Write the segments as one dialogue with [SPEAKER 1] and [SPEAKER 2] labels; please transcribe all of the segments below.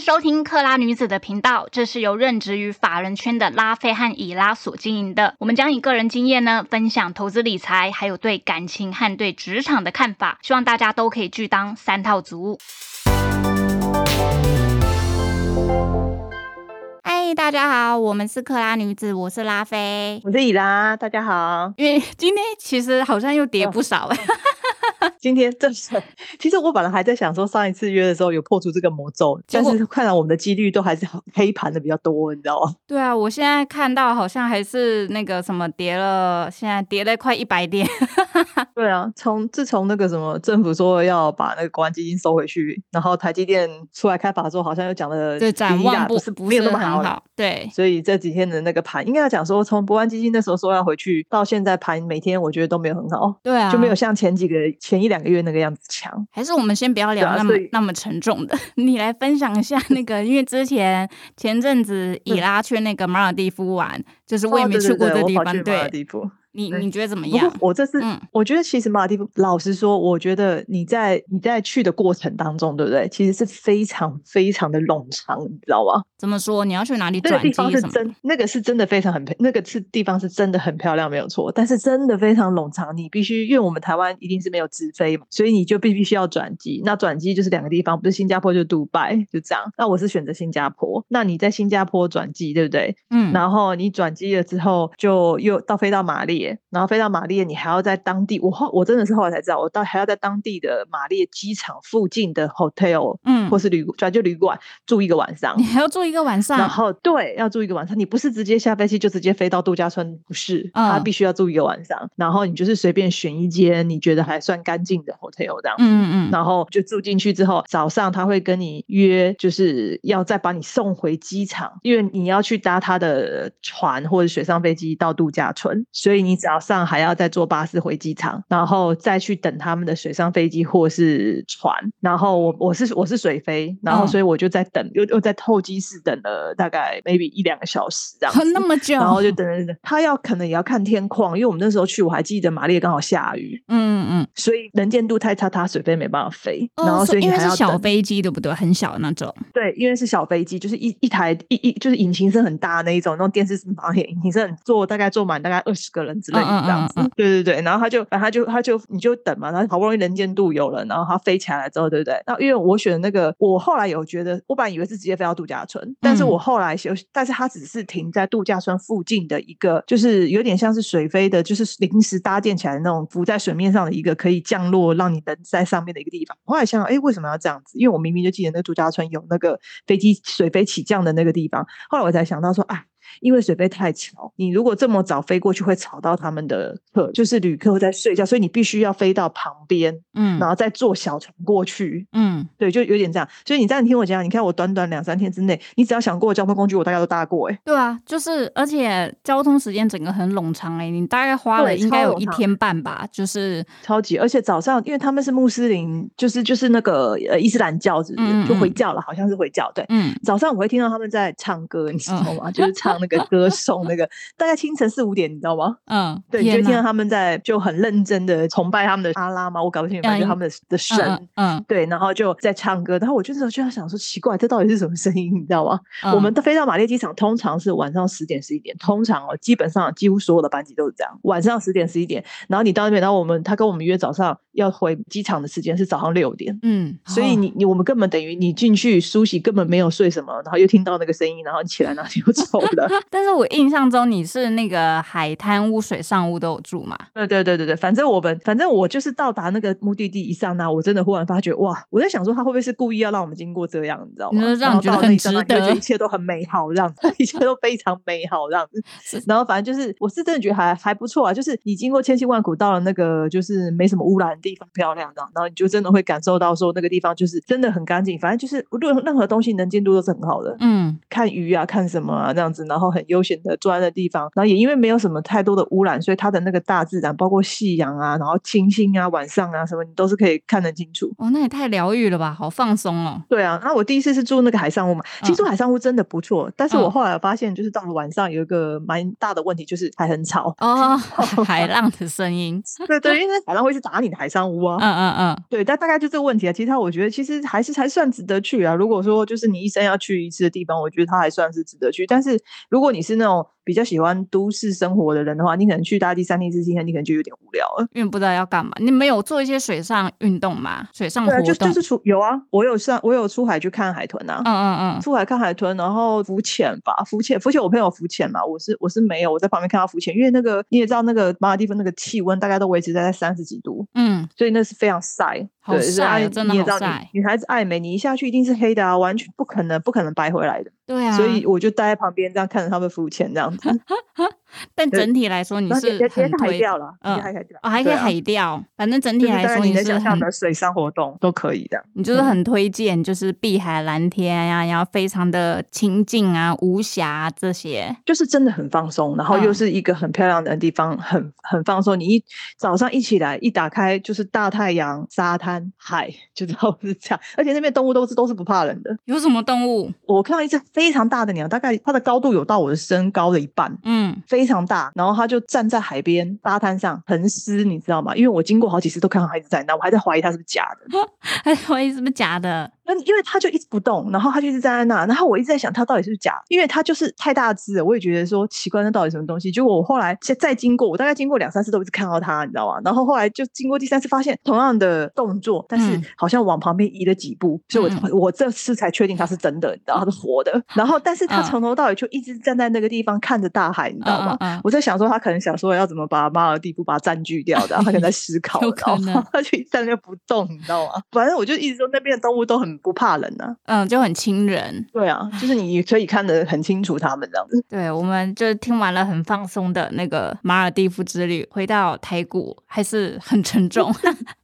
[SPEAKER 1] 收听克拉女子的频道，这是由任职于法人圈的拉菲和以拉所经营的。我们将以个人经验呢，分享投资理财，还有对感情和对职场的看法，希望大家都可以拒当三套族。嗨，哎大家好，我们是克拉女子，我是拉菲。
[SPEAKER 2] 我是以拉，大家好。
[SPEAKER 1] 因为今天其实好像又
[SPEAKER 2] 嗯
[SPEAKER 1] 跌不少、哎。
[SPEAKER 2] 今天这是， 其实我本来还在想说，上一次约的时候有破除这个魔咒，
[SPEAKER 1] 结
[SPEAKER 2] 但
[SPEAKER 1] 果
[SPEAKER 2] 是看来我们的几率都还是黑盘的比较多，你知道吗？
[SPEAKER 1] 对啊，我现在看到好像还是那个什么跌了，现在跌了快一百点。
[SPEAKER 2] 对啊，从自从那个什么政府说要把那个国安基金收回去，然后台积电出来开法之后，好像又讲的
[SPEAKER 1] 对，展望
[SPEAKER 2] 呃不
[SPEAKER 1] 不
[SPEAKER 2] 是
[SPEAKER 1] 不
[SPEAKER 2] 没有
[SPEAKER 1] 是
[SPEAKER 2] 那么
[SPEAKER 1] 很
[SPEAKER 2] 好了。
[SPEAKER 1] 好。对，
[SPEAKER 2] 所以这几天的那个盘，应该要讲说，从国安基金那时候说要回去，到现在盘每天我觉得都没有很好，哦
[SPEAKER 1] 对啊，
[SPEAKER 2] 就没有。像前几个前一两个月那个样子强。
[SPEAKER 1] 还是我们先不要
[SPEAKER 2] 对
[SPEAKER 1] 聊
[SPEAKER 2] 啊
[SPEAKER 1] 那么、
[SPEAKER 2] 所以
[SPEAKER 1] 那么沉重的， 你来分享一下那个，因为之前前阵子以拉去那个马尔地夫玩，就是我也
[SPEAKER 2] 嗯哦
[SPEAKER 1] 没
[SPEAKER 2] 对
[SPEAKER 1] 去
[SPEAKER 2] 对
[SPEAKER 1] 过
[SPEAKER 2] 对
[SPEAKER 1] 的
[SPEAKER 2] 我
[SPEAKER 1] 地
[SPEAKER 2] 跑
[SPEAKER 1] 方，
[SPEAKER 2] 去马尔
[SPEAKER 1] 对
[SPEAKER 2] 地夫
[SPEAKER 1] 你
[SPEAKER 2] 嗯
[SPEAKER 1] 你觉得怎么
[SPEAKER 2] 不
[SPEAKER 1] 样
[SPEAKER 2] 过？我这次，
[SPEAKER 1] 哎嗯
[SPEAKER 2] 我觉得其实马尔地夫，老实说，我觉得你在你在去的过程当中，对不对？其实是非常非常的冗长，你知道吗？
[SPEAKER 1] 怎么说？你要去哪里
[SPEAKER 2] 那个
[SPEAKER 1] 转
[SPEAKER 2] 地
[SPEAKER 1] 机
[SPEAKER 2] 方是
[SPEAKER 1] 什么的？
[SPEAKER 2] 真，那个是真的非常很漂，那个是地方是真的很漂亮，没有错。但是真的非常冗长，你必须，因为我们台湾一定是没有直飞嘛，所以你就必必须要转机。那转机就是两个地方，不是新加坡就是杜拜，就这样。那我是选择新加坡，那你在新加坡转机，对不对？
[SPEAKER 1] 嗯，
[SPEAKER 2] 然后你转机了之后，就又到飞到马列，然后飞到马列，你还要在当地，我后我真的是后来才知道，我到还要在当地的马列机场附近的 hotel
[SPEAKER 1] 嗯
[SPEAKER 2] 或，是旅转就旅馆住一个晚上
[SPEAKER 1] 你。还要住一个晚
[SPEAKER 2] 然
[SPEAKER 1] 上，
[SPEAKER 2] 后对，要住一个晚上，你不是直接下飞机就直接飞到度假村，不是，他
[SPEAKER 1] 嗯
[SPEAKER 2] 必须要住一个晚上。然后你就是随便选一间你觉得还算干净的 hotel 这样子。
[SPEAKER 1] 嗯嗯嗯，
[SPEAKER 2] 然后就住进去之后，早上他会跟你约，就是要再把你送回机场，因为你要去搭他的船或者水上飞机到度假村，所以你早上还要再坐巴士回机场，然后再去等他们的水上飞机或是船。然后我我是我是水飞，然后
[SPEAKER 1] 嗯
[SPEAKER 2] 所以我就在等，又又在候机室等了大概 maybe 一两个小时这样子。
[SPEAKER 1] 那么久，
[SPEAKER 2] 然后就等等等，他要可能也要看天况，因为我们那时候去，我还记得马列刚好下雨，
[SPEAKER 1] 嗯嗯嗯，
[SPEAKER 2] 所以能见度太差，它水飞没办法飞，然
[SPEAKER 1] 哦，
[SPEAKER 2] 后所
[SPEAKER 1] 是
[SPEAKER 2] 以你
[SPEAKER 1] 因为
[SPEAKER 2] 还
[SPEAKER 1] 是
[SPEAKER 2] 要
[SPEAKER 1] 小
[SPEAKER 2] 等
[SPEAKER 1] 飞机对不对？很小的那种，
[SPEAKER 2] 对，因为是小飞机，就是一一台一一就是引擎声很大的那一种，那种电视是马眼引擎声很坐大概坐满大概二十个人之类的
[SPEAKER 1] 嗯嗯
[SPEAKER 2] 这样子，
[SPEAKER 1] 嗯嗯
[SPEAKER 2] 对对对，然后他就反正他就他就你就等嘛，然后好不容易能见度有了，然后它飞起来了之后，对不对？那因为我选的那个，我后来有觉得，我本来以为是直接飞到度假村，但是
[SPEAKER 1] 嗯
[SPEAKER 2] 我后来休息，但是它只是停在度假村附近的一个，就是有点像是水飞的，就是临时搭建起来的那种浮在水面上的一个可以降落，让你能在上面的一个地方。后来想想，哎，为什么要这样子？因为我明明就记得那个度假村有那个飞机水飞起降的那个地方。后来我才想到说，啊。因为水飞太吵，你如果这么早飞过去，会吵到他们的客，就是旅客在睡觉，所以你必须要飞到旁边，
[SPEAKER 1] 嗯
[SPEAKER 2] 然后再坐小船过去，
[SPEAKER 1] 嗯，
[SPEAKER 2] 对，就有点这样。所以你这样听我讲，你看我短短两三天之内，你只要想过的交通工具，我大概都搭过、欸。
[SPEAKER 1] 对啊，就是而且交通时间整个很冗长哎、你大概花了
[SPEAKER 2] 对
[SPEAKER 1] 应该
[SPEAKER 2] 超
[SPEAKER 1] 有
[SPEAKER 2] 冗
[SPEAKER 1] 一
[SPEAKER 2] 长
[SPEAKER 1] 天半吧，就是
[SPEAKER 2] 超级！而且早上，因为他们是穆斯林，就是就是那个呃伊斯兰教，是不是
[SPEAKER 1] 嗯
[SPEAKER 2] 就回
[SPEAKER 1] 嗯
[SPEAKER 2] 教了，好像是回教。对，
[SPEAKER 1] 嗯
[SPEAKER 2] 早上我会听到他们在唱歌，你知道吗？就是唱那个 歌颂那个，大概清晨四五点，你知道吗？
[SPEAKER 1] 嗯，
[SPEAKER 2] 对，你就
[SPEAKER 1] 天
[SPEAKER 2] 会听到
[SPEAKER 1] 呐
[SPEAKER 2] 他们在就很认真的崇拜他们的阿拉嘛，我搞不清楚，反正就
[SPEAKER 1] 嗯
[SPEAKER 2] 他们的的神。
[SPEAKER 1] 嗯嗯
[SPEAKER 2] 对，然后就在唱歌，然后我就那时候就在想说，奇怪，这到底是什么声音？你知道吗？
[SPEAKER 1] 嗯，
[SPEAKER 2] 我们飞到马列机场通常是晚上十点十一点，通常哦，基本上几乎所有的班级都是这样，晚上十点十一点，然后你到那边，然后我们他跟我们约早上要回机场的时间是早上六点。
[SPEAKER 1] 嗯，
[SPEAKER 2] 所以
[SPEAKER 1] 哦
[SPEAKER 2] 你你我们根本等于你进去梳洗根本没有睡什么，然后又听到那个声音，然后你起来然后你 就走了。
[SPEAKER 1] 但是我印象中你是那个海滩屋、水上屋都有住嘛？
[SPEAKER 2] 对对对对对，反正我们反正我就是到达那个目的地一刹那，我真的忽然发觉，哇！我在想说他会不会是故意要让我们经过这样，你知道
[SPEAKER 1] 你
[SPEAKER 2] 吗？
[SPEAKER 1] 说
[SPEAKER 2] 然
[SPEAKER 1] 让
[SPEAKER 2] 后
[SPEAKER 1] 你觉得很
[SPEAKER 2] 到了那一刹
[SPEAKER 1] 值
[SPEAKER 2] 那你就觉
[SPEAKER 1] 得
[SPEAKER 2] 一切都很美好，这样子，一切都非常美好，这样子
[SPEAKER 1] 是。
[SPEAKER 2] 然后反正就是，我是真的觉得还还不错啊，就是你经过千辛万苦到了那个就是没什么污染的地方，漂亮这样，然后你就真的会感受到说那个地方就是真的很干净，反正就是任任何东西能见度都是很好的，
[SPEAKER 1] 嗯，
[SPEAKER 2] 看鱼啊，看什么啊这样子，然后很悠闲的坐在那地方，然后也因为没有什么太多的污染，所以它的那个大自然，包括夕阳啊，然后清新啊，晚上啊什么，你都是可以看得清楚。
[SPEAKER 3] 哦，那也太疗愈了吧，好放松哦。
[SPEAKER 2] 对啊，那我第一次是住那个海上屋嘛，其实住海上屋真的不错，但是我
[SPEAKER 3] 嗯
[SPEAKER 2] 后来发现，就是到了晚上有一个蛮大的问题，就是还很吵。
[SPEAKER 3] 哦，海浪的声音，
[SPEAKER 2] 对对，因为海浪会去打你的海上屋啊。
[SPEAKER 3] 嗯嗯嗯，
[SPEAKER 2] 对，但大概就这个问题啊。其实它，我觉得其实还是还算值得去啊。如果说就是你一生要去一次的地方，我觉得它还算是值得去。但是如果你是那种比较喜欢都市生活的人的话，你可能去大家第三天、第四天，你可能就有点无聊了。
[SPEAKER 3] 因为不知道要干嘛。你们有做一些水上运动吗？水上嗯活
[SPEAKER 2] 对
[SPEAKER 3] 动？
[SPEAKER 2] 啊，就就是出有啊，我有上，我有出海去看海豚啊。
[SPEAKER 3] 嗯嗯嗯，
[SPEAKER 2] 出海看海豚，然后浮潜吧，浮潜，浮潜，我朋友浮潜嘛，我是我是没有，我在旁边看他浮潜，因为那个你也知道，那个马尔地夫那个气温大概都维持在三十几度，
[SPEAKER 3] 嗯，
[SPEAKER 2] 所以那是非常晒，
[SPEAKER 3] 好
[SPEAKER 2] 对，所以
[SPEAKER 3] 晒
[SPEAKER 2] 爱
[SPEAKER 3] 哦真的
[SPEAKER 2] 你也
[SPEAKER 3] 好
[SPEAKER 2] 知道
[SPEAKER 3] 晒
[SPEAKER 2] 女女孩子爱美，你一下去一定是黑的啊，完全不可能，不可能白回来的。
[SPEAKER 3] 对啊。
[SPEAKER 2] 所以，我就待在旁边这样看着他们浮潜这样子，
[SPEAKER 3] 但
[SPEAKER 2] 对
[SPEAKER 3] 整体来说，你
[SPEAKER 2] 然后也
[SPEAKER 3] 是
[SPEAKER 2] 也也
[SPEAKER 3] 很
[SPEAKER 2] 是海
[SPEAKER 3] 推
[SPEAKER 2] 钓了，也
[SPEAKER 3] 嗯
[SPEAKER 2] 是海钓，
[SPEAKER 3] 哦，还可
[SPEAKER 2] 对
[SPEAKER 3] 以
[SPEAKER 2] 啊
[SPEAKER 3] 海钓。反正整
[SPEAKER 2] 就
[SPEAKER 3] 体
[SPEAKER 2] 是
[SPEAKER 3] 来
[SPEAKER 2] 大概
[SPEAKER 3] 说，
[SPEAKER 2] 你能
[SPEAKER 3] 是
[SPEAKER 2] 想象
[SPEAKER 3] 很
[SPEAKER 2] 的水上活动都可以 的。
[SPEAKER 3] 你就是
[SPEAKER 2] 嗯
[SPEAKER 3] 很推荐，就是碧海蓝天啊，然后非常的清静啊、无暇、啊、这些。
[SPEAKER 2] 就是真的很放松，然后又
[SPEAKER 3] 嗯
[SPEAKER 2] 是一个很漂亮的地方，很很放松。你一早上一起来，一打开就是大太阳、沙滩、海，就知道是这样。而且那边动物都是都是不怕人的。
[SPEAKER 3] 有什么动物？
[SPEAKER 2] 我看到一只非常大的鸟，大概它的高度有到我的身高的一半。
[SPEAKER 3] 嗯，
[SPEAKER 2] 非常大，然后它就站在海边沙滩上横尸，你知道吗？因为我经过好几次都看到它一直在那，我还在怀疑它是不是假的。
[SPEAKER 3] 还怀疑是不是假的？
[SPEAKER 2] 那因为它就一直不动，然后它就一直站在那，然后我一直在想它到底是不是假，因为它就是太大只了，我也觉得说奇怪，那到底什么东西？结果我后来再再经过，我大概经过两三次都一直看到它，你知道吗？然后后来就经过第三次，发现同样的动作，但是
[SPEAKER 3] 嗯
[SPEAKER 2] 好像往旁边移了几步，所以我、
[SPEAKER 3] 嗯
[SPEAKER 2] 我这次才确定它是真的，你知道它是活的。然后但是它
[SPEAKER 3] 嗯
[SPEAKER 2] 从头到尾就一直站在那个地方看着大海，你知道吗？
[SPEAKER 3] 嗯嗯嗯
[SPEAKER 2] 我在想说，他可能想说要怎么把马尔地夫把它占据掉的，他可能在思考，
[SPEAKER 3] 有
[SPEAKER 2] 你知道
[SPEAKER 3] 可
[SPEAKER 2] 吗
[SPEAKER 3] 能
[SPEAKER 2] 他就一站就不动，你知道吗？反正我就一直说那边的动物都很不怕人啊，
[SPEAKER 3] 嗯，就很亲人。
[SPEAKER 2] 对啊，就是你可以看得很清楚他们这样子。
[SPEAKER 3] 对，我们就听完了很放松的那个马尔蒂夫之旅，回到台谷还是很沉重。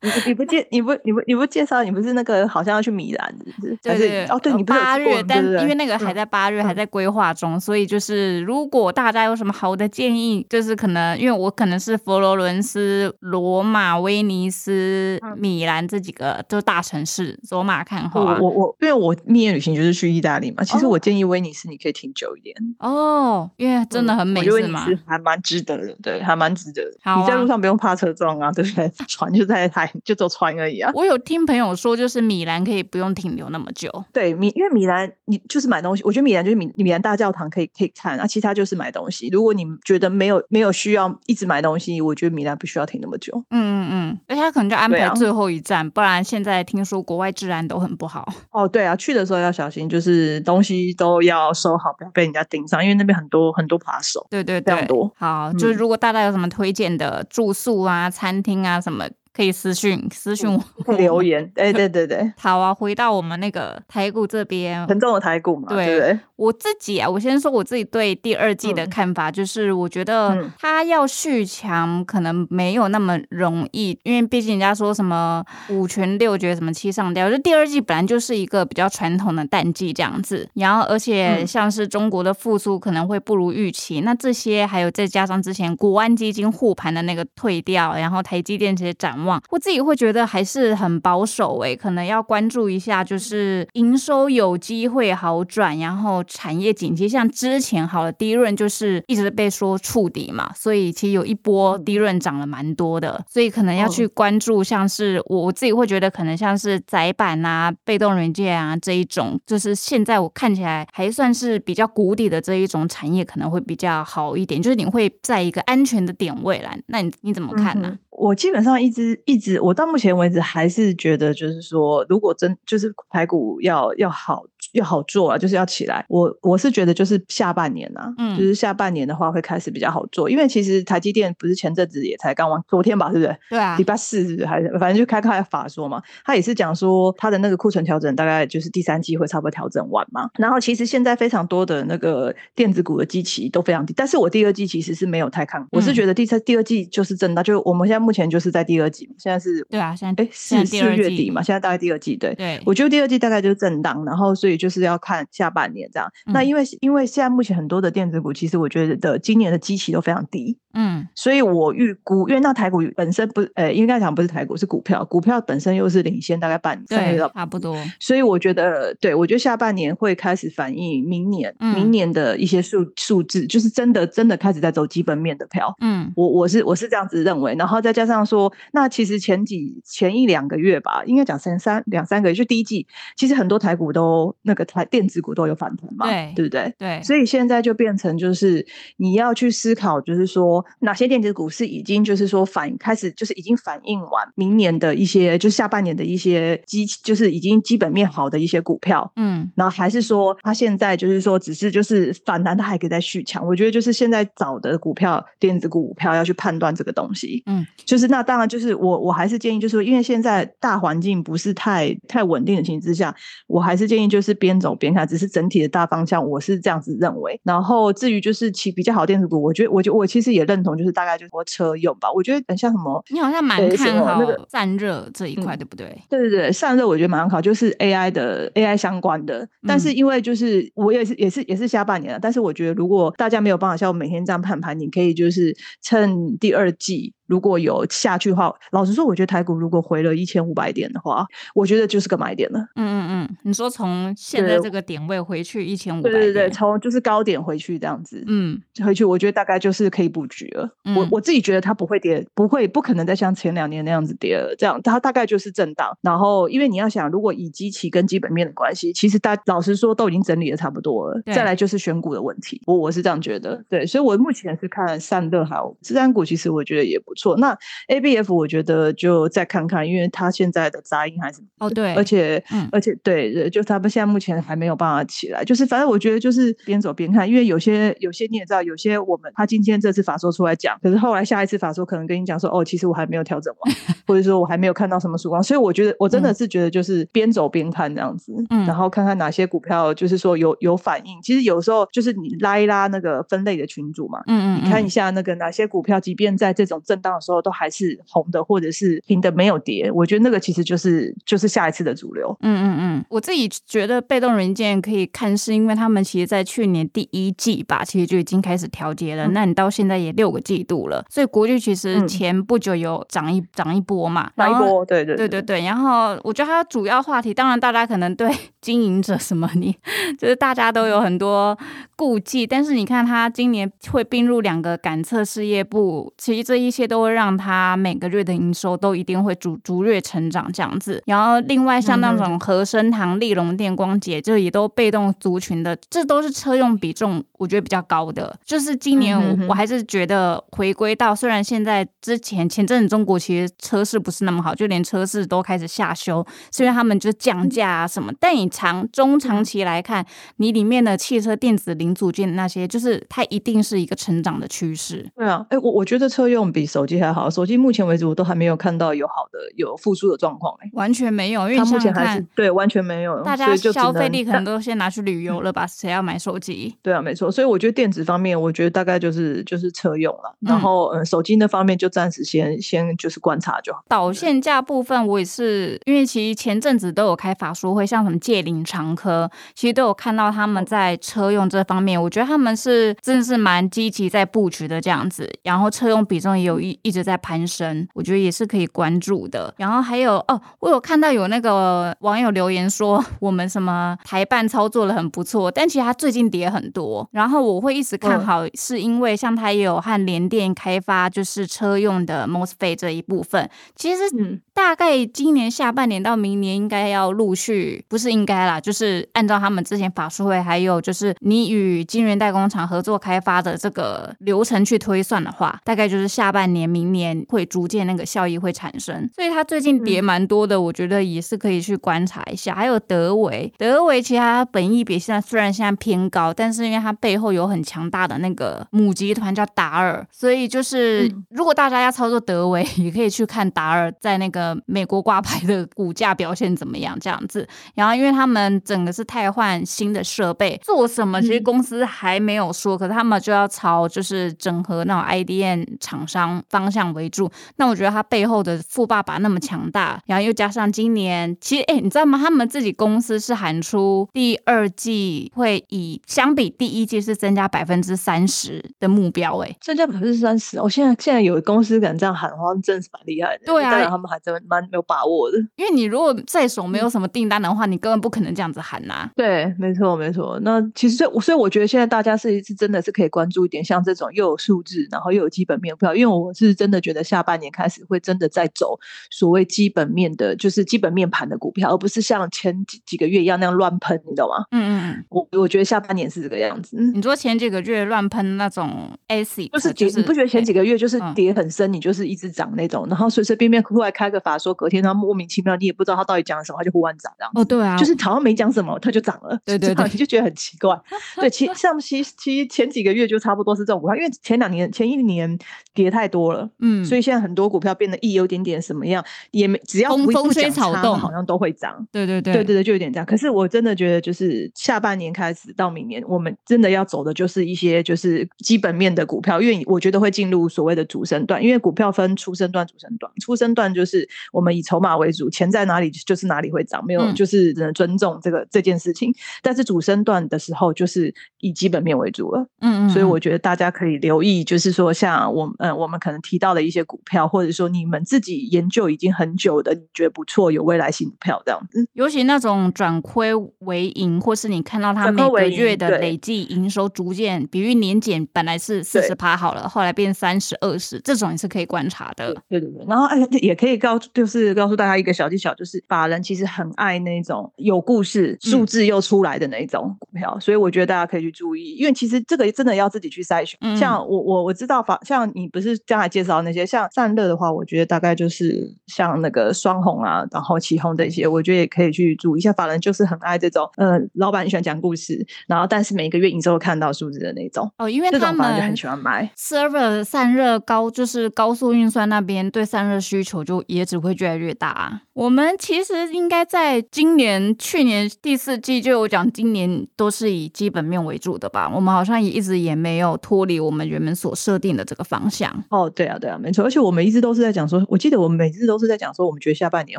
[SPEAKER 2] 你你不介你不你不你不介绍你不是那个好像要去米兰是不是？还
[SPEAKER 3] 对
[SPEAKER 2] 是
[SPEAKER 3] 对
[SPEAKER 2] 哦，对
[SPEAKER 3] 呃
[SPEAKER 2] 你不是有
[SPEAKER 3] 八
[SPEAKER 2] 去过
[SPEAKER 3] 月，但
[SPEAKER 2] 对对
[SPEAKER 3] 因为那个还
[SPEAKER 2] 嗯
[SPEAKER 3] 在八月，还
[SPEAKER 2] 嗯
[SPEAKER 3] 在规划中，所以就是如果大家有什么好的建议，就是可能因为我可能是佛罗伦斯、罗马、威尼斯、
[SPEAKER 2] 嗯哦
[SPEAKER 3] 米兰这几个就大城市走马看
[SPEAKER 2] 我
[SPEAKER 3] 花
[SPEAKER 2] 我我，因为我蜜月旅行就是去意大利嘛。其实
[SPEAKER 3] 哦
[SPEAKER 2] 我建议威尼斯你可以停久一点，
[SPEAKER 3] 哦，因为真的
[SPEAKER 2] 嗯
[SPEAKER 3] 很美
[SPEAKER 2] 我觉得威
[SPEAKER 3] 是
[SPEAKER 2] 尼
[SPEAKER 3] 吗？
[SPEAKER 2] 斯还蛮值得的，对，还蛮值得的。
[SPEAKER 3] 好
[SPEAKER 2] 你在
[SPEAKER 3] 啊
[SPEAKER 2] 路上不用怕车撞啊，对不对？ 船就在海，就走船而已啊。
[SPEAKER 3] 我有听朋友说，就是米兰可以不用停留那么久。
[SPEAKER 2] 对米，因为米兰你就是买东西，我觉得米兰就是米米兰大教堂可以可以看啊，其他就是买东西。如果你觉得没有没有需要一直买东西，我觉得米兰不需要停那么久。
[SPEAKER 3] 嗯嗯嗯，而且他可能就安
[SPEAKER 2] 对
[SPEAKER 3] 排
[SPEAKER 2] 啊
[SPEAKER 3] 最后一站，不然现在听说国外治安都很不好。
[SPEAKER 2] 哦，对啊，去的时候要小心，就是东西都要收好，不要被人家盯上，因为那边很多很多扒 手。
[SPEAKER 3] 对对
[SPEAKER 2] 非
[SPEAKER 3] 对，
[SPEAKER 2] 常多
[SPEAKER 3] 好，就是
[SPEAKER 2] 嗯
[SPEAKER 3] 如果大家有什么推荐的住宿啊、餐厅啊什么，可以私讯私
[SPEAKER 2] 嗯
[SPEAKER 3] 讯我。
[SPEAKER 2] 留言，哎，对对对，
[SPEAKER 3] 好啊，回到我们那个台股这边，
[SPEAKER 2] 沉重的台股嘛，
[SPEAKER 3] 对
[SPEAKER 2] 对不对？
[SPEAKER 3] 我自己啊，我先说我自己对第二季的
[SPEAKER 2] 嗯
[SPEAKER 3] 看法，就是我觉得
[SPEAKER 2] 嗯
[SPEAKER 3] 它要续强可能没有那么容易，因为毕竟人家说什么五拳六决什么七上吊，就第二季本来就是一个比较传统的淡季这样子，然后而且
[SPEAKER 2] 嗯
[SPEAKER 3] 像是中国的复苏可能会不如预期，那这些还有再加上之前国安基金护盘的那个退掉，然后台积电这些展望，我自己会觉得还是很保守诶、可能要关注一下，就是营收有机会好转，然后产业景气，像之前好了，第一轮就是一直被说触底嘛，所以其实有一波第一轮涨了蛮多的，所以可能要
[SPEAKER 2] 嗯
[SPEAKER 3] 去关注，像是我我自己会觉得可能像是窄板啊、被动元件啊这一种，就是现在我看起来还算是比较谷底的这一种产业，可能会比较好一点，就是你会在一个安全的点位啦。那你你怎么看呢、
[SPEAKER 2] 嗯哼我基本上一直一直，我到目前为止还是觉得，就是说，如果真就是排骨要要好要好做啊，就是要起来。我我是觉得就是下半年啊，
[SPEAKER 3] 嗯
[SPEAKER 2] 就是下半年的话会开始比较好做，因为其实台积电不是前阵子也才刚完，昨天吧，是不是？
[SPEAKER 3] 对啊
[SPEAKER 2] 礼，拜四是不是还是反正就开开法说嘛，他也是讲说他的那个库存调整大概就是第三季会差不多调整完嘛。然后其实现在非常多的那个电子股的基期都非常低，但是我第二季其实是没有太看，我是
[SPEAKER 3] 嗯
[SPEAKER 2] 觉得第三第二季就是震荡，就是我们现在目目前就是在第二季嘛，现在是
[SPEAKER 3] 对啊，现在
[SPEAKER 2] 哎
[SPEAKER 3] 现在
[SPEAKER 2] 四四
[SPEAKER 3] 第二
[SPEAKER 2] 月
[SPEAKER 3] 季
[SPEAKER 2] 底嘛，现在大概第二季对。
[SPEAKER 3] 对，
[SPEAKER 2] 我觉得第二季大概就是震荡，然后所以就是要看下半年这样。那
[SPEAKER 3] 嗯
[SPEAKER 2] 因为因为现在目前很多的电子股，其实我觉得今年的基期都非常低，
[SPEAKER 3] 嗯
[SPEAKER 2] 所以我预估，因为那台股本身不，呃，应该讲不是台股，是股票，股票本身又是领先大概半年三个月
[SPEAKER 3] 对
[SPEAKER 2] 到，
[SPEAKER 3] 差不多，
[SPEAKER 2] 所以我觉得，对我觉得下半年会开始反映明年、
[SPEAKER 3] 嗯
[SPEAKER 2] 明年的一些数数字，就是真的真的开始在走基本面的票。
[SPEAKER 3] 嗯
[SPEAKER 2] 我我是我是这样子认为，然后再加上说，那其实前几前一两个月吧，应该讲前三两三个月，就第一季，其实很多台股都那个台电子股都有反弹嘛，
[SPEAKER 3] 对
[SPEAKER 2] 不对？
[SPEAKER 3] 对，
[SPEAKER 2] 所以现在就变成就是你要去思考，就是说哪些电子股是已经就是说反开始就是已经反映完明年的一些就是下半年的一些基就是已经基本面好的一些股票。
[SPEAKER 3] 嗯
[SPEAKER 2] 然后还是说，它现在就是说，只是就是反弹，它还可以再续强。我觉得就是现在找的股票，电子股股票要去判断这个东西。
[SPEAKER 3] 嗯，
[SPEAKER 2] 就是那当然就是我我还是建议，就是说因为现在大环境不是太太稳定的情况之下，我还是建议就是边走边看，只是整体的大方向我是这样子认为。然后至于就是其比较好的电子股，我觉得我觉得我其实也认同，就是大概就是说车用吧，我觉得很像什么。
[SPEAKER 3] 你好像蛮
[SPEAKER 2] 对什
[SPEAKER 3] 看
[SPEAKER 2] 么
[SPEAKER 3] 好
[SPEAKER 2] 那个
[SPEAKER 3] 散热这一
[SPEAKER 2] 嗯
[SPEAKER 3] 块，对不对？
[SPEAKER 2] 对对对，散热我觉得蛮好，就是 AI 的 AI 相关的。但是
[SPEAKER 3] 嗯
[SPEAKER 2] 因为就是我也是也是也是下半年了，但是我觉得如果大家没有办法像我每天这样判盘，你可以就是趁第二季如果有下去的话，老实说，我觉得台股如果回了一千五百点的话，我觉得就是个买点了。
[SPEAKER 3] 嗯嗯嗯，你说从现在
[SPEAKER 2] 对
[SPEAKER 3] 这个点位回去一千五百，
[SPEAKER 2] 对对对，从就是高点回去这样子，
[SPEAKER 3] 嗯
[SPEAKER 2] 回去我觉得大概就是可以布局了。我
[SPEAKER 3] 嗯
[SPEAKER 2] 我自己觉得它不会跌，不会不可能再像前两年那样子跌了。这样它大概就是震荡。然后因为你要想，如果以基期跟基本面的关系，其实大老实说都已经整理的差不多了。
[SPEAKER 3] 对
[SPEAKER 2] 再来就是选股的问题，我我是这样觉得。对，所以我目前是看散热还有资产股，其实我觉得也不错。那 A B F 我觉得就再看看，因为它现在的杂音还是
[SPEAKER 3] 哦对，
[SPEAKER 2] 而且、
[SPEAKER 3] 嗯
[SPEAKER 2] 而且对，对就他们现在目前还没有办法起来，就是反正我觉得就是边走边看，因为有些有些你也知道，有些我们他今天这次法说出来讲，可是后来下一次法说可能跟你讲说，哦，其实我还没有调整完，或者说我还没有看到什么曙光，所以我觉得我真的
[SPEAKER 3] 嗯
[SPEAKER 2] 是觉得就是边走边看这样子，
[SPEAKER 3] 嗯
[SPEAKER 2] 然后看看哪些股票就是说有有反应，其实有时候就是你拉一拉那个分类的群组嘛，
[SPEAKER 3] 嗯嗯
[SPEAKER 2] 你看一
[SPEAKER 3] 嗯
[SPEAKER 2] 下那个哪些股票，即便在这种震荡的时候都还是红的，或者是平的没有跌，我觉得那个其实就是就是下一次的主流。
[SPEAKER 3] 嗯嗯嗯，我自己觉得被动元件可以看，是因为他们其实在去年第一季吧，其实就已经开始调节了。
[SPEAKER 2] 嗯
[SPEAKER 3] 那你到现在也六个季度了，所以国巨其实
[SPEAKER 2] 嗯
[SPEAKER 3] 前不久有涨一涨一波嘛，
[SPEAKER 2] 来
[SPEAKER 3] 然
[SPEAKER 2] 一
[SPEAKER 3] 后
[SPEAKER 2] 波，对对
[SPEAKER 3] 对对对，然后我觉得它主要话题，当然大家可能对 经营者什么你，就是大家都有很多顾忌，但是你看它今年会并入两个感测事业部，其实这一些都会让它每个月的营收都一定会逐逐月成长这样子。然后另外像那
[SPEAKER 2] 嗯
[SPEAKER 3] 种和生堂、利隆电光节，就也都被动族群的，这都是车用比重我觉得比较高的。就是今年
[SPEAKER 2] 嗯哼
[SPEAKER 3] 我
[SPEAKER 2] 哼
[SPEAKER 3] 我还是觉得回归到，虽然现在之前前阵子中国其实车市不是那么好，就连车市都开始下修，是因为他们就降价啊什么。但你长中长期来看，你里面的汽车电子零组件那些，就是它一定是一个成长的趋势。
[SPEAKER 2] 对啊！哎、我我觉得车用比手机还好，手机目前为止我都还没有看到有好的有复苏的状况、欸，
[SPEAKER 3] 完全没有，因为
[SPEAKER 2] 它
[SPEAKER 3] 你
[SPEAKER 2] 目
[SPEAKER 3] 想想
[SPEAKER 2] 前还是
[SPEAKER 3] 看，
[SPEAKER 2] 对完全没有，
[SPEAKER 3] 大
[SPEAKER 2] 所
[SPEAKER 3] 家
[SPEAKER 2] 以就只
[SPEAKER 3] 消费力可能
[SPEAKER 2] 但
[SPEAKER 3] 都先拿去旅游了吧？谁要买手机？
[SPEAKER 2] 对啊，没错。所以我觉得电子方面，我觉得大概就是就是车用了，然
[SPEAKER 3] 嗯
[SPEAKER 2] 后嗯、呃手机那方面就暂时先先就是观察就好。
[SPEAKER 3] 导线架部分，我也是因为其实前阵子都有开法说会，像什么界岭长科，其实都有看到他们在车用这方面，我觉得他们是真的是蛮积极在布局的这样子，然后车用比重也有一一直在攀升，我觉得也是可以关注的。然后还有哦，我有看到有那个网友留言说我们什么台办操作的很不错，但其实它最近跌很多，然后我会一直看
[SPEAKER 2] 嗯
[SPEAKER 3] 好，是因为像它也有和联电开发就是车用的 MOSFET 这一部分。其实
[SPEAKER 2] 嗯
[SPEAKER 3] 大概今年下半年到明年应该要陆续，不是应该啦，就是按照他们之前法术会，还有就是你与晶圆代工厂合作开发的这个流程去推算的话，大概就是下半年、明年会逐渐那个效益会产生。所以它最近跌蛮多的，我觉得也是可以去观察一下。还有德维，德维其实它本益比现在虽然现在偏高，但是因为它背后有很强大的那个母集团叫达尔，所以就是
[SPEAKER 2] 嗯
[SPEAKER 3] 如果大家要操作德维，也可以去看达尔在那个呃美国挂牌的股价表现怎么样这样子。然后因为他们整个是汰换新的设备，做什么其实
[SPEAKER 2] 嗯
[SPEAKER 3] 公司还没有说，可是他们就要朝就是整合那种 IDN 厂商方向为主。那我觉得他背后的富爸爸那么强大，然后又加上今年，其实哎、诶你知道吗？他们自己公司是喊出第二季会以相比第一季是增加百分之三十的目标、诶
[SPEAKER 2] 增加百分之三十，哦我现在现在有公司敢这样喊话，真的是蛮厉害的。
[SPEAKER 3] 对啊
[SPEAKER 2] 代表他们还真蛮没有把握的。
[SPEAKER 3] 因为你如果在手没
[SPEAKER 2] 嗯
[SPEAKER 3] 有什么订单的话，你根本不可能这样子喊呐、
[SPEAKER 2] 对，没错，没错。那其实所以我所以我觉得现在大家是是真的是可以关注一点，像这种又有数字，然后又有基本面的股票，因为我是真的觉得下半年开始会真的在走所谓基本面的，就是基本面盘的股票，而不是像前几几个月一样那样乱喷，你懂吗？
[SPEAKER 3] 嗯嗯嗯，
[SPEAKER 2] 我我觉得下半年是这个样子。嗯
[SPEAKER 3] 你说前几个月乱喷那种 AC，
[SPEAKER 2] 就是跌，你不觉得前几个月就是
[SPEAKER 3] 嗯
[SPEAKER 2] 跌很深，你就是一直涨那种，然后随随便便忽然开个法说，隔天它莫名其妙，你也不知道它到底讲了什么，它就忽然涨这样。
[SPEAKER 3] 哦对啊，
[SPEAKER 2] 就是好像没讲什么，它就涨了，
[SPEAKER 3] 对
[SPEAKER 2] 就
[SPEAKER 3] 对
[SPEAKER 2] 这样
[SPEAKER 3] 对
[SPEAKER 2] 你就觉得很奇 怪。对，其像其其实前几个月就差不多是这种股票，因为前两年前一年跌太多了，
[SPEAKER 3] 嗯，
[SPEAKER 2] 所
[SPEAKER 3] 以
[SPEAKER 2] 以现在很多股票变得一有点点什么样，也没只要
[SPEAKER 3] 风
[SPEAKER 2] 不
[SPEAKER 3] 风
[SPEAKER 2] 不
[SPEAKER 3] 吹
[SPEAKER 2] 讲
[SPEAKER 3] 草
[SPEAKER 2] 差
[SPEAKER 3] 动
[SPEAKER 2] 好像都会涨。
[SPEAKER 3] 对对对
[SPEAKER 2] 对对对，就有点这样。可是我真的觉得，就是下半年开始到明年，我们真的要走的就是一些就是基本面的股票，因为我觉得会进入所谓的主升段，因为股票分初升段、主升段。初升段就是我们以筹码为主，钱在哪里就是哪里会涨，没有、
[SPEAKER 3] 嗯
[SPEAKER 2] 就是只能尊重这个这件事情。但是主升段的时候，就是以基本面为主了。
[SPEAKER 3] 嗯嗯，
[SPEAKER 2] 所以
[SPEAKER 3] 嗯
[SPEAKER 2] 我觉得大家可以留意，就是说像我们呃我们可能提到的一些股票，或者说你们自己研究已经很久的，你觉得不错有未来性股票这样子。
[SPEAKER 3] 尤其那种转亏为盈，或是你看到它
[SPEAKER 2] 转
[SPEAKER 3] 每
[SPEAKER 2] 亏
[SPEAKER 3] 个
[SPEAKER 2] 为盈
[SPEAKER 3] 月的
[SPEAKER 2] 对
[SPEAKER 3] 累计营收逐渐，比如年减本来是四十趴好了，后来变三十、二十，这种也是可以观察的。
[SPEAKER 2] 对对对，然后哎，也可以告诉，就是告诉大家一个小技巧，就是法人其实很爱那种有故事、
[SPEAKER 3] 嗯
[SPEAKER 2] 数字又出来的那一种股票，所以我觉得大家可以去注意，因为其实这个真的要自己去筛选。
[SPEAKER 3] 嗯
[SPEAKER 2] 像我我我知道法，像你不是刚才介绍那些，像散热的话，我觉得大概就是像那个双红啊，然后旗红这些，我觉得也可以去注意一下。法人就是很爱这种，呃，老板很喜欢讲故事，然后但是每个月营收都看到数字的那种，
[SPEAKER 3] 哦，因为
[SPEAKER 2] 这
[SPEAKER 3] 他
[SPEAKER 2] 种法人就
[SPEAKER 3] 们
[SPEAKER 2] 很喜欢买。
[SPEAKER 3] server 散热高，就是高速运算那边对散热需求就也只会越来越大、啊。我们其实应该在今年、去年第四季就有讲，今年都是以基本面为主的吧。我们好像也一直也没有脱离我们原本所设定的这个方向。
[SPEAKER 2] 哦，对啊，对啊，没错。而且我们一直都是在讲说，我记得我们每次都是在讲说，我们觉得下半年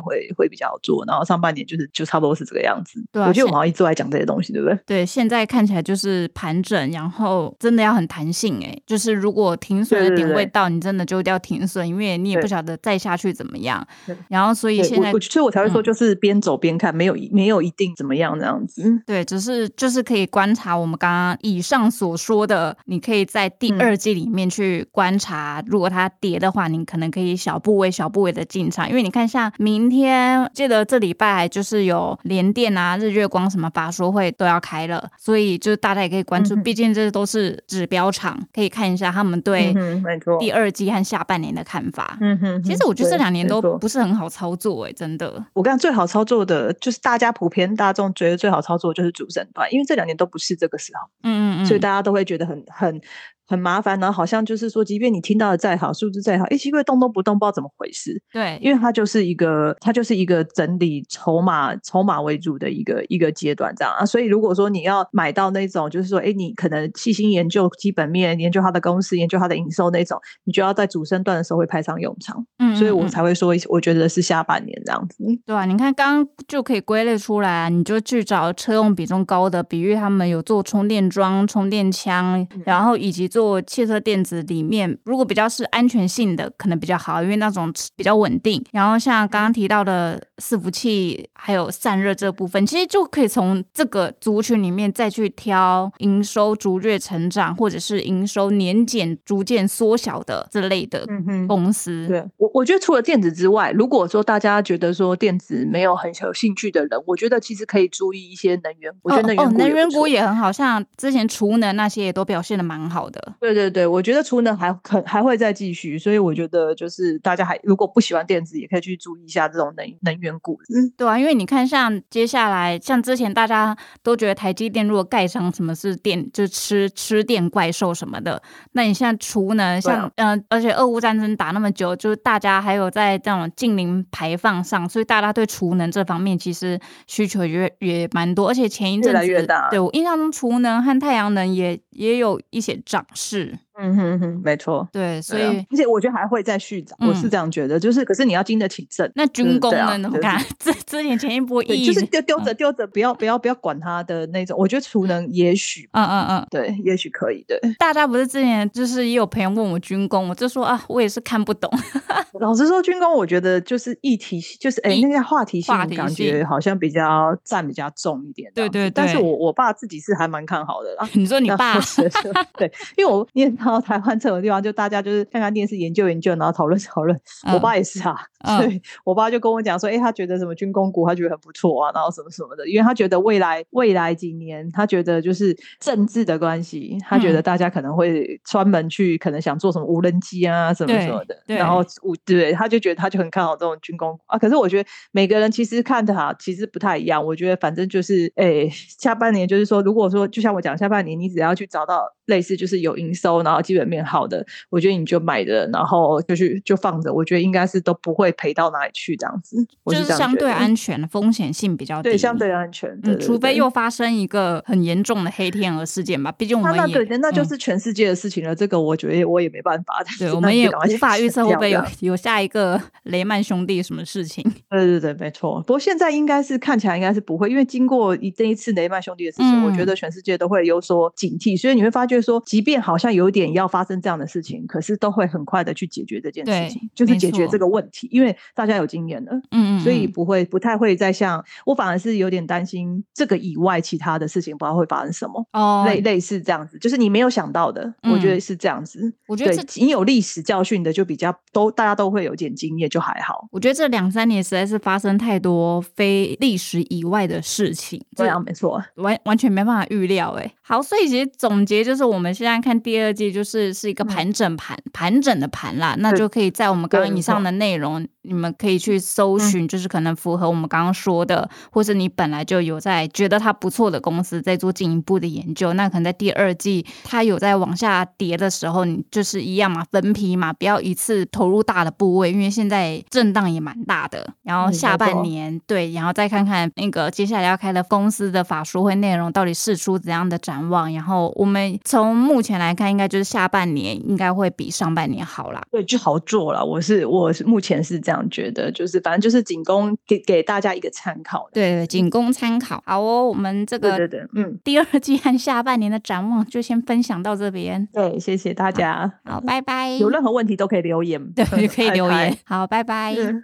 [SPEAKER 2] 会会比较好做，然后上半年就是就差不多是这个样子。
[SPEAKER 3] 对啊
[SPEAKER 2] 我觉
[SPEAKER 3] 现
[SPEAKER 2] 得我们好像一直都在讲这些东西，对不对？
[SPEAKER 3] 对，现在看起来就是盘整，然后真的要很弹性诶、就是如果停损的
[SPEAKER 2] 对对
[SPEAKER 3] 点位
[SPEAKER 2] 对
[SPEAKER 3] 到，你真的就一定要停损，因为你也不
[SPEAKER 2] 对
[SPEAKER 3] 晓得再下去怎么样
[SPEAKER 2] 对。
[SPEAKER 3] 然后所以
[SPEAKER 2] 对
[SPEAKER 3] 现在
[SPEAKER 2] 我我所以我才会说，
[SPEAKER 3] 嗯
[SPEAKER 2] 就是边走边看，没有一没有一定怎么样这样子。嗯
[SPEAKER 3] 对，只是就是可以观察我们刚刚以上所说的，你可以在第
[SPEAKER 2] 嗯
[SPEAKER 3] 二季里面去观察，如果它跌的话，你可能可以小部位、小部位的进场，因为你看像明天，记得这礼拜就是有联电啊、日月光什么法说会都要开了，所以就是大家也可以关注，
[SPEAKER 2] 嗯哼
[SPEAKER 3] 毕竟这都是指标厂，可以看一下他们对
[SPEAKER 2] 嗯哼没错
[SPEAKER 3] 第二季和下半年的看法。
[SPEAKER 2] 嗯哼
[SPEAKER 3] 其实我觉得这两年都
[SPEAKER 2] 不，
[SPEAKER 3] 不是很好操作、欸，真的。
[SPEAKER 2] 我刚刚最好操作的就是大家普遍大众觉得最好操作的就是主升段，因为这两年都不是这个时候。
[SPEAKER 3] 嗯嗯嗯，
[SPEAKER 2] 所以大家都会觉得很很很麻烦，然后好像就是说，即便你听到的再好，数字再好，诶，奇怪动都不动，不知道怎么回事，
[SPEAKER 3] 对，
[SPEAKER 2] 因为它就是一个它就是一个整理筹码筹码为主的一个一个阶段这样啊，所以如果说你要买到那种就是说，诶，你可能细心研究基本面，研究它的公司，研究它的营收那种，你就要在主升段的时候会派上用场，
[SPEAKER 3] 嗯
[SPEAKER 2] 所以
[SPEAKER 3] 嗯
[SPEAKER 2] 我
[SPEAKER 3] 嗯
[SPEAKER 2] 才会说，我觉得是下半年这样子。
[SPEAKER 3] 对啊，你看刚刚就可以归类出来啊，你就去找车用比重高的，比喻他们有做充电桩、充电枪，
[SPEAKER 2] 嗯
[SPEAKER 3] 然后以及做汽车电子里面，如果比较是安全性的，可能比较好，因为那种比较稳定。然后像刚刚提到的伺服器还有散热这部分，其实就可以从这个族群里面再去挑营收逐月成长，或者是营收年减逐渐缩小的这类的
[SPEAKER 2] 嗯哼
[SPEAKER 3] 公司。
[SPEAKER 2] 对我，我觉得除了电子之外，如果说大家觉得说电子没有很有兴趣的人，我觉得其实可以注意一些能源。我觉得能
[SPEAKER 3] 哦
[SPEAKER 2] 源
[SPEAKER 3] 哦
[SPEAKER 2] 股、
[SPEAKER 3] 能源股。也很好，像之前储能那些也都表现的蛮好的。
[SPEAKER 2] 对对对，我觉得储能还可还会再继续，所以我觉得就是大家还如果不喜欢电子，也可以去注意一下这种能能源选股。
[SPEAKER 3] 对啊，因为你看，像接下来，像之前大家都觉得台积电如果盖上什么是电，就吃吃电怪兽什么的，那你现在除呢，
[SPEAKER 2] 对啊
[SPEAKER 3] 像嗯、呃而且俄乌战争打那么久，就是大家还有在这种近零排放上，所以大家对储能这方面其实需求也也蛮多，而且前一阵子
[SPEAKER 2] 越来越大
[SPEAKER 3] 对我印象中储能和太阳能也也有一些涨势，
[SPEAKER 2] 嗯哼哼，没错。
[SPEAKER 3] 对，所
[SPEAKER 2] 对啊
[SPEAKER 3] 以。
[SPEAKER 2] 而且我觉得还会再续涨，我是
[SPEAKER 3] 嗯
[SPEAKER 2] 这样觉得。就是，可是你要经得起震，
[SPEAKER 3] 那军
[SPEAKER 2] 嗯
[SPEAKER 3] 工
[SPEAKER 2] 对啊
[SPEAKER 3] 呢？ 怎么
[SPEAKER 2] 对
[SPEAKER 3] 看？之之前前一波
[SPEAKER 2] 对
[SPEAKER 3] 疫，
[SPEAKER 2] 就是丢丢
[SPEAKER 3] 嗯
[SPEAKER 2] 着丢着，不要不要不要管它的那种。我觉得储能也许
[SPEAKER 3] 嗯嗯嗯，
[SPEAKER 2] 对，也许可以。对，
[SPEAKER 3] 大家不是之前就是也有朋友问我军工，我就说啊，我也是看不懂。
[SPEAKER 2] 老实说，军工我觉得就是议题，就是哎、
[SPEAKER 3] 议
[SPEAKER 2] 那个话题性
[SPEAKER 3] 话题
[SPEAKER 2] 感
[SPEAKER 3] 性
[SPEAKER 2] 觉好像比较占比较重一点这
[SPEAKER 3] 对对
[SPEAKER 2] 样子。但是
[SPEAKER 3] 对
[SPEAKER 2] 我我爸自己是还蛮看 好的啦。
[SPEAKER 3] 你说你
[SPEAKER 2] 那
[SPEAKER 3] 爸
[SPEAKER 2] 啊 我，觉得对，因为我你也知道台湾这种地方，就大家就是看看电视，研究研究，然后讨论讨论。我
[SPEAKER 3] 嗯
[SPEAKER 2] 爸也是啊，所
[SPEAKER 3] 嗯
[SPEAKER 2] 以我爸就跟我讲说，哎、他觉得什么军工股，他觉得很不错啊，然后什么什么的，因为他觉得未来未来几年，他觉得就是政治的关系，他觉得
[SPEAKER 3] 嗯
[SPEAKER 2] 大家可能会专门去可能想做什么无人机啊，什么什么的，
[SPEAKER 3] 对
[SPEAKER 2] 然后我对，他就觉得他就很看好这种军工股啊。可是我觉得每个人其实看的哈，其实不太一样。我觉得反正就是，诶、下半年就是说，如果说就像我讲，下半年你只要去找到类似就是有营收，然后基本面好的，我觉得你就买的，然后就去就放着，我觉得应该是都不会赔到哪里去这样子。我
[SPEAKER 3] 就是
[SPEAKER 2] 这样
[SPEAKER 3] 相
[SPEAKER 2] 觉
[SPEAKER 3] 对
[SPEAKER 2] 得
[SPEAKER 3] 安全，风险性比较低，
[SPEAKER 2] 对相对安全，对
[SPEAKER 3] 嗯，除非。
[SPEAKER 2] 对对
[SPEAKER 3] 又发生一个很严重的黑天鹅事件吧，毕竟我
[SPEAKER 2] 那
[SPEAKER 3] 们
[SPEAKER 2] 啊那
[SPEAKER 3] 也
[SPEAKER 2] 对，那那就
[SPEAKER 3] 嗯
[SPEAKER 2] 是全世界的事情了。这个我觉得我也没办法。但
[SPEAKER 3] 对，
[SPEAKER 2] 是
[SPEAKER 3] 我
[SPEAKER 2] 那
[SPEAKER 3] 们
[SPEAKER 2] 你就
[SPEAKER 3] 也
[SPEAKER 2] 赶快
[SPEAKER 3] 无法预测会不会
[SPEAKER 2] 这
[SPEAKER 3] 有
[SPEAKER 2] 样
[SPEAKER 3] 有下一个 雷曼兄弟什么事情。
[SPEAKER 2] 对对对，没错。不过现在应该是看起来应该是不会，因为经过一这一次雷曼兄弟的事情，我觉
[SPEAKER 3] 嗯
[SPEAKER 2] 得全世界都会有所警惕，所以你会发觉说，即便好像有点要发生这样的事情，可是都会很快的去解决这件
[SPEAKER 3] 对
[SPEAKER 2] 事情，就是
[SPEAKER 3] 没
[SPEAKER 2] 解决
[SPEAKER 3] 错
[SPEAKER 2] 这个问题，因为大家有经验了。
[SPEAKER 3] 嗯嗯，
[SPEAKER 2] 所以
[SPEAKER 3] 嗯
[SPEAKER 2] 不会，不太会再像我，反而是有点担心这个以外其他的事情，不知道会发生什么，
[SPEAKER 3] 哦，嗯
[SPEAKER 2] 类类似这样子，就是你没有想到的，我觉得是这样子。
[SPEAKER 3] 我觉得
[SPEAKER 2] 对
[SPEAKER 3] 这，
[SPEAKER 2] 你有历史教训的就比较都大家都会有点经验，就还好。
[SPEAKER 3] 我觉得这两三年实在是发生太多非历史以外的事情，
[SPEAKER 2] 这
[SPEAKER 3] 这
[SPEAKER 2] 样啊没错。
[SPEAKER 3] 完完全没办法预料哎。好，所以其实总结就是，我们现在看第二季就是是一个
[SPEAKER 2] 嗯
[SPEAKER 3] 盘整盘、盘整的盘啦，那
[SPEAKER 2] 对
[SPEAKER 3] 就可以在我们刚
[SPEAKER 2] 对
[SPEAKER 3] 刚以
[SPEAKER 2] 没错
[SPEAKER 3] 上的内容，你们可以去搜
[SPEAKER 2] 嗯
[SPEAKER 3] 寻，就是可能符合我们刚刚说的，或是你本来就有在觉得它不错的公司，在做进一步的研究。那可能在第二季它有在往下跌的时候，你就是一样嘛，分批嘛，不要一次投入大的部位，因为现在震荡也蛮大的。然后
[SPEAKER 2] 嗯
[SPEAKER 3] 下
[SPEAKER 2] 没
[SPEAKER 3] 半
[SPEAKER 2] 错
[SPEAKER 3] 年。年，对，然后再看看那个接下来要开的公司的法说会内容到底释出怎样的展望。然后我们从目前来看，应该就是下半年应该会比上半年好啦。
[SPEAKER 2] 对，就好做了。我是我是目前是这样觉得，就是反正就是仅供给给大家一个参考的。
[SPEAKER 3] 对，仅供参考。好哦，我们这
[SPEAKER 2] 对对
[SPEAKER 3] 个
[SPEAKER 2] 对，嗯，
[SPEAKER 3] 第二季和下半年的展望就先分享到这边。
[SPEAKER 2] 对，谢谢大家。
[SPEAKER 3] 好，拜拜。
[SPEAKER 2] 嗯有任何问题都可以留言，
[SPEAKER 3] 对，可以
[SPEAKER 2] 嗨
[SPEAKER 3] 留
[SPEAKER 2] 嗨
[SPEAKER 3] 言。好，拜拜。
[SPEAKER 2] 是